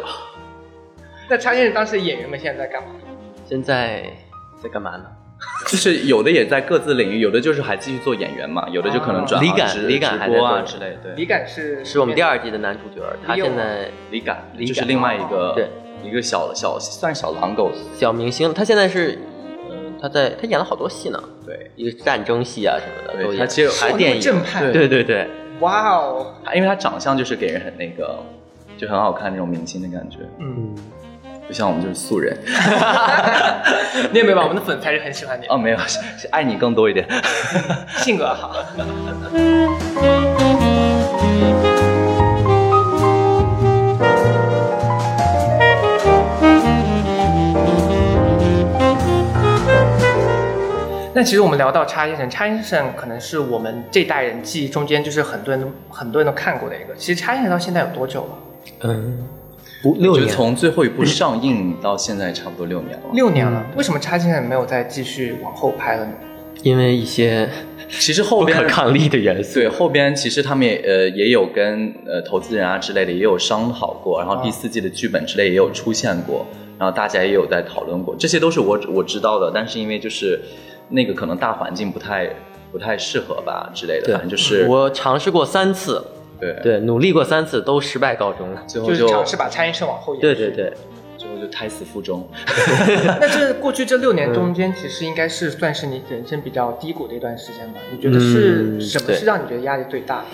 [SPEAKER 2] 那插件社当时的演员们现在在干嘛？
[SPEAKER 3] 现在在干嘛呢？
[SPEAKER 1] 就是有的也在各自领域，有的就是还继续做演员嘛，有的就可能转
[SPEAKER 3] 啊
[SPEAKER 1] 行
[SPEAKER 3] 李敢
[SPEAKER 1] 直
[SPEAKER 3] 李敢
[SPEAKER 1] 直
[SPEAKER 3] 还
[SPEAKER 1] 播啊
[SPEAKER 3] 在
[SPEAKER 1] 之
[SPEAKER 3] 做
[SPEAKER 1] 类，对，
[SPEAKER 2] 李敢是哦
[SPEAKER 3] 是我啊们第二季的男主角，他
[SPEAKER 2] 李勇
[SPEAKER 3] 现在
[SPEAKER 1] 李敢
[SPEAKER 3] 李
[SPEAKER 1] 就是
[SPEAKER 3] 敢
[SPEAKER 1] 另外一个
[SPEAKER 3] 对
[SPEAKER 1] 哦一个小小算是小狼狗，
[SPEAKER 3] 小明星，他现在是，嗯，他在他演了好多戏呢，
[SPEAKER 1] 对，
[SPEAKER 3] 一个战争戏啊什么的
[SPEAKER 1] 对
[SPEAKER 3] 都
[SPEAKER 1] 他
[SPEAKER 3] 演，
[SPEAKER 1] 其实
[SPEAKER 3] 还有电影，
[SPEAKER 2] 正派，
[SPEAKER 3] 对对对，
[SPEAKER 2] 哇 哦，
[SPEAKER 1] 他因为他长相就是给人很那个，就很好看那种明星的感觉。
[SPEAKER 2] 嗯，
[SPEAKER 1] 不像我们就是素人。
[SPEAKER 2] 你也没把我们的粉丝还是很喜欢你，
[SPEAKER 1] 哦，没有， 是是爱你更多一点。
[SPEAKER 2] 性格好。那其实我们聊到差先生，差先生可能是我们这代人记忆中间就是很多人都很多人都看过的一个。其实差先生到现在有多久了？
[SPEAKER 3] 嗯，五六
[SPEAKER 1] 就
[SPEAKER 3] 年，
[SPEAKER 1] 从最后一部上映到现在，差不多六年了。
[SPEAKER 2] 六年了。为什么差先生没有再继续往后拍了呢？
[SPEAKER 3] 因为一些
[SPEAKER 1] 其实
[SPEAKER 3] 不
[SPEAKER 1] 后边
[SPEAKER 3] 可抗力的元素。
[SPEAKER 1] 对，后边其实他们也呃也有跟呃投资人啊之类的也有商讨过，然后第四季的剧本之类也有出现过，然后大家也有在讨论过，这些都是我我知道的，但是因为就是那个可能大环境不太不太适合吧之类的，
[SPEAKER 3] 对
[SPEAKER 1] 反正就是
[SPEAKER 3] 我尝试过三次，
[SPEAKER 1] 对
[SPEAKER 3] 对，努力过三次都失败告终了。
[SPEAKER 1] 最后
[SPEAKER 2] 就
[SPEAKER 1] 就是
[SPEAKER 2] 尝试把差先生往后延。
[SPEAKER 3] 对对。对，
[SPEAKER 1] 最后就胎死腹中，
[SPEAKER 2] 那这过去这六
[SPEAKER 3] 嗯
[SPEAKER 2] 年中间，其实应该是算是你人生比较低谷的一段时间吧？你觉得是
[SPEAKER 3] 嗯
[SPEAKER 2] 什么
[SPEAKER 3] 对
[SPEAKER 2] 是让你觉得压力最大的？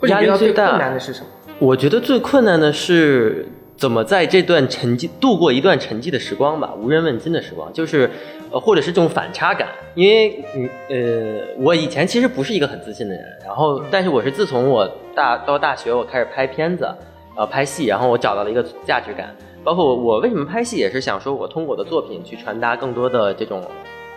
[SPEAKER 2] 或者
[SPEAKER 3] 压
[SPEAKER 2] 你
[SPEAKER 3] 力
[SPEAKER 2] 觉得
[SPEAKER 3] 最大
[SPEAKER 2] 困难的是什么？
[SPEAKER 3] 我觉得最困难的是怎么在这段沉寂度过一段沉寂的时光吧，无人问津的时光，就是呃，或者是这种反差感。因为你呃，我以前其实不是一个很自信的人，然后但是我是自从我大到大学我开始拍片子，呃，拍戏，然后我找到了一个价值感。包括我，我为什么拍戏，也是想说我通过我的作品去传达更多的这种，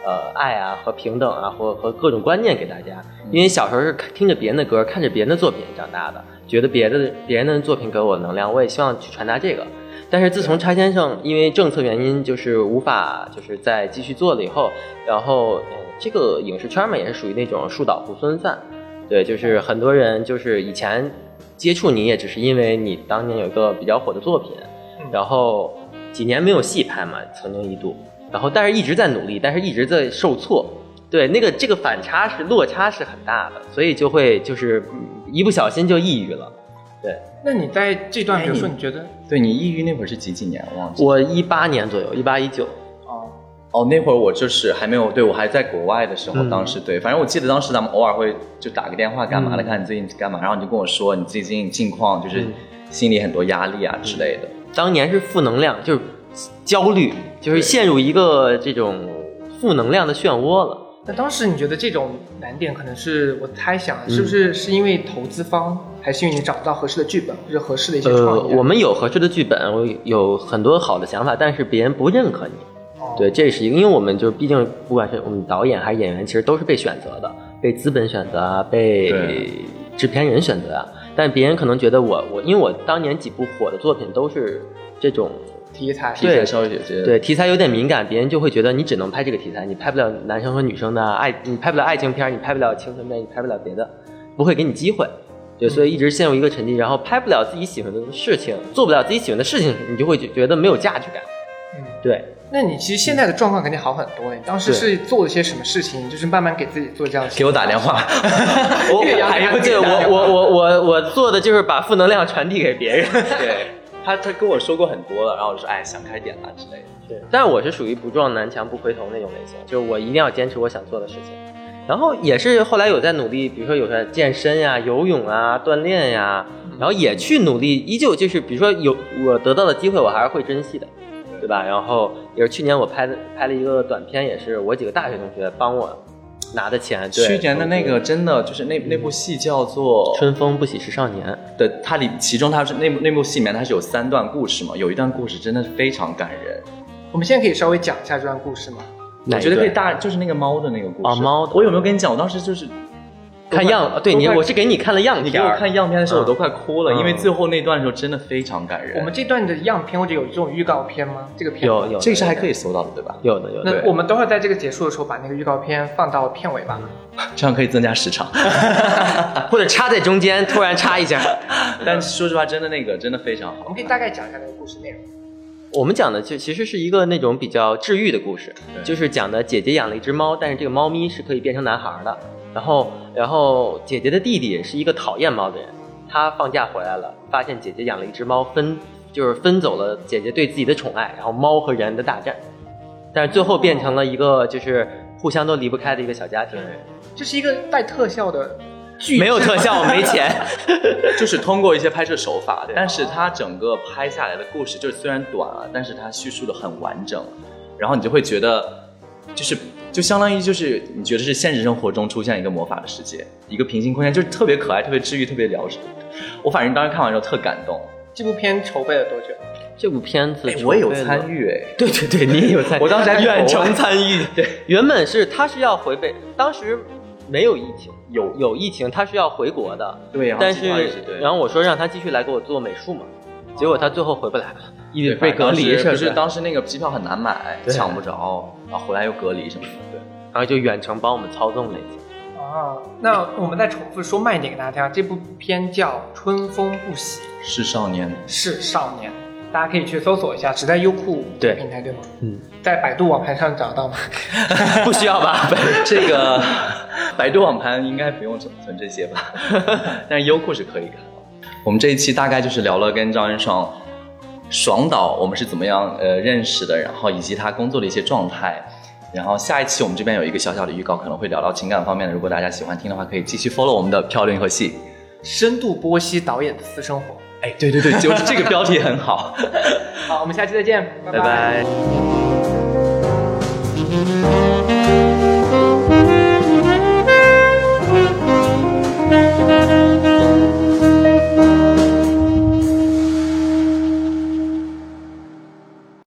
[SPEAKER 3] 呃，爱啊和平等啊，或和各种观念给大家。因为小时候是听着别人的歌，看着别人的作品长大的，觉得别的别人的作品给我能量，我也希望去传达这个。但是自从差先生因为政策原因，就是无法就是再继续做了以后，然后呃，这个影视圈嘛也是属于那种树倒猢狲散，对，就是很多人就是以前接触你也只是因为你当年有一个比较火的作品，
[SPEAKER 2] 嗯
[SPEAKER 3] 然后几年没有戏拍嘛，曾经一度，然后但是一直在努力，但是一直在受挫，对，那个这个反差是落差是很大的，所以就会就是嗯一不小心就抑郁了。
[SPEAKER 2] 那你在这段，比如说你
[SPEAKER 3] 哎
[SPEAKER 2] 觉得，
[SPEAKER 1] 对你抑郁那会儿是几几年忘记了？
[SPEAKER 3] 我一八年左右，一八一九，
[SPEAKER 2] 哦，
[SPEAKER 1] 哦，那会儿我就是还没有，对我还在国外的时候，
[SPEAKER 3] 嗯
[SPEAKER 1] 当时对，反正我记得当时咱们偶尔会就打个电话干嘛的，
[SPEAKER 3] 嗯
[SPEAKER 1] 看你最近干嘛，然后你就跟我说你最近近况，就是
[SPEAKER 3] 嗯
[SPEAKER 1] 心里很多压力啊之类的。
[SPEAKER 3] 当年是负能量，就是焦虑，就是陷入一个这种负能量的漩涡了。
[SPEAKER 2] 那当时你觉得这种难点，可能是我猜想，啊
[SPEAKER 3] 嗯
[SPEAKER 2] 是不是是因为投资方，还是因为你找不到合适的剧本或者合适的一些创
[SPEAKER 3] 呃，
[SPEAKER 2] 意啊？
[SPEAKER 3] 我们有合适的剧本，我有很多好的想法，但是别人不认可你。
[SPEAKER 2] 哦
[SPEAKER 3] 对，这是一个，因为我们就毕竟不管是我们导演还是演员，其实都是被选择的，被资本选择啊，被
[SPEAKER 1] 对
[SPEAKER 3] 制片人选择啊。但别人可能觉得我我，因为我当年几部火的作品都是这种
[SPEAKER 2] 题材
[SPEAKER 1] 题材稍微有些
[SPEAKER 3] 对题材有点敏感，别人就会觉得你只能拍这个题材，你拍不了男生和女生的爱，你拍不了爱情片儿，你拍不了青春片，你拍不了别的，不会给你机会。对，所以一直陷入一个沉寂，然后拍不了自己喜欢的事情，做不了自己喜欢的事情，你就会觉得没有价值感。
[SPEAKER 2] 嗯，
[SPEAKER 3] 对，
[SPEAKER 2] 那你其实现在的状况肯定好很多。你当时
[SPEAKER 3] 对
[SPEAKER 2] 是做了些什么事情，就是慢慢给自己做这样的。
[SPEAKER 1] 给我打电 话，
[SPEAKER 3] 我
[SPEAKER 2] 岳阳给他
[SPEAKER 3] 对
[SPEAKER 2] 自己打
[SPEAKER 3] 我
[SPEAKER 2] 电话
[SPEAKER 3] 我我我我做的就是把负能量传递给 别人。
[SPEAKER 1] 对他他跟我说过很多了，然后我就说哎想开点啦之类的。
[SPEAKER 3] 对，但我是属于不撞南墙不回头那种类型，就是我一定要坚持我想做的事情。然后也是后来有在努力，比如说有在健身呀、游泳啊、锻炼呀、
[SPEAKER 1] 嗯
[SPEAKER 3] 然后也去努力，依旧就是比如说有我得到的机会，我还是会珍惜的，对吧？然后也是去年我拍的拍了一个短片，也是我几个大学同学帮我拿的钱。对，
[SPEAKER 1] 去年的那个真的就是那那部戏叫做
[SPEAKER 3] 《春风不喜是少年》，
[SPEAKER 1] 的，它里其中它是那部那部戏里面它是有三段故事嘛，有一段故事真的是非常感人，
[SPEAKER 2] 我们现在可以稍微讲一下这段故事吗？
[SPEAKER 3] 哪
[SPEAKER 1] 我
[SPEAKER 3] 一
[SPEAKER 1] 觉得可以
[SPEAKER 3] 段
[SPEAKER 1] 大就是那个猫的那个故事
[SPEAKER 3] 啊猫的
[SPEAKER 1] 我有没有跟你讲？我当时就是
[SPEAKER 3] 看样，对
[SPEAKER 1] 都
[SPEAKER 3] 你，
[SPEAKER 1] 快
[SPEAKER 3] 我是给你看了样
[SPEAKER 1] 你
[SPEAKER 3] 片
[SPEAKER 1] 给我
[SPEAKER 3] 儿，
[SPEAKER 1] 看样片的时候，我都快哭了，
[SPEAKER 3] 嗯
[SPEAKER 1] 因为最后那段的时候真的非常感人。
[SPEAKER 2] 我们这段的样片或者有这种预告片吗？这个片
[SPEAKER 3] 有有的
[SPEAKER 1] 这个是还可以搜到的，对吧？
[SPEAKER 3] 有的有的，
[SPEAKER 2] 那
[SPEAKER 1] 对
[SPEAKER 2] 我们等会儿在这个结束的时候把那个预告片放到片尾吧。
[SPEAKER 1] 这样可以增加时 长。
[SPEAKER 3] 或者插在中间，突然插一下。
[SPEAKER 1] 但说实话，真的那个真的非常
[SPEAKER 2] 我
[SPEAKER 1] 好
[SPEAKER 2] 们。可以大概讲一下那个故事内容。
[SPEAKER 3] 我们讲的就其实是一个那种比较治愈的故事，
[SPEAKER 1] 对
[SPEAKER 3] 就是讲的姐姐养了一只猫，但是这个猫咪是可以变成男孩儿的。然后，然后姐姐的弟弟是一个讨厌猫的人，他放假回来了，发现姐姐养了一只猫，分就是分走了姐姐对自己的宠爱，然后猫和人的大战，但是最后变成了一个就是互相都离不开的一个小家庭。
[SPEAKER 2] 这是一个带特效的巨
[SPEAKER 3] 没有特 效，没钱。
[SPEAKER 1] 就是通过一些拍摄手法，但是它整个拍下来的故事，就是虽然短啊，但是它叙述的很完整，然后你就会觉得，就是就相当于就是你觉得是现实生活中出现一个魔法的世界，一个平行空间，就是特别可爱，特别治愈，特别疗伤。我反正当时看完之后特感动，
[SPEAKER 2] 这部片筹备了多久？
[SPEAKER 3] 这部片子
[SPEAKER 1] 哎，我也有
[SPEAKER 3] 筹备了
[SPEAKER 1] 参与哎。
[SPEAKER 3] 对对对，你也有参与，
[SPEAKER 1] 我当时还
[SPEAKER 3] 远
[SPEAKER 1] 投
[SPEAKER 3] 程
[SPEAKER 1] 哎
[SPEAKER 3] 参与。
[SPEAKER 1] 对，
[SPEAKER 3] 原本是他是要回北，当时没有疫情，
[SPEAKER 1] 有
[SPEAKER 3] 有疫情他是要回国的，
[SPEAKER 1] 对，然
[SPEAKER 3] 但
[SPEAKER 1] 后计划也
[SPEAKER 3] 是
[SPEAKER 1] 对，
[SPEAKER 3] 然后我说让他继续来给我做美术嘛，结果他最后回不来了，因为
[SPEAKER 1] 对
[SPEAKER 3] 被隔离
[SPEAKER 1] 反正当时不
[SPEAKER 3] 是
[SPEAKER 1] 是
[SPEAKER 3] 是？
[SPEAKER 1] 当时那个机票很难买，
[SPEAKER 3] 对
[SPEAKER 1] 抢不着，然后回来又隔离什么的，对。
[SPEAKER 3] 然后就远程帮我们操纵了一下。
[SPEAKER 2] 啊，那我们再重复说慢一点给大家，这部片叫《春风不息
[SPEAKER 1] 是少年，
[SPEAKER 2] 是少年》，大家可以去搜索一下，只在优酷
[SPEAKER 3] 对
[SPEAKER 2] 平台对吗？
[SPEAKER 3] 嗯，
[SPEAKER 2] 在百度网盘上找到吗？
[SPEAKER 3] 不需要吧？
[SPEAKER 1] 这 个百度网盘应该不用存存这些吧，但是优酷是可以看的。我们这一期大概就是聊了跟张仁爽、爽导我们是怎么样呃认识的，然后以及他工作的一些状态。然后下一期我们这边有一个小小的预告，可能会聊到情感方面的。如果大家喜欢听的话，可以继续 follow 我们的《漂流银河系》。
[SPEAKER 2] 深度波西导演的私生活。
[SPEAKER 1] 哎，对对对，就是这个标题很 好。
[SPEAKER 2] 好，我们下期再见，
[SPEAKER 3] 拜
[SPEAKER 2] 拜
[SPEAKER 3] 拜。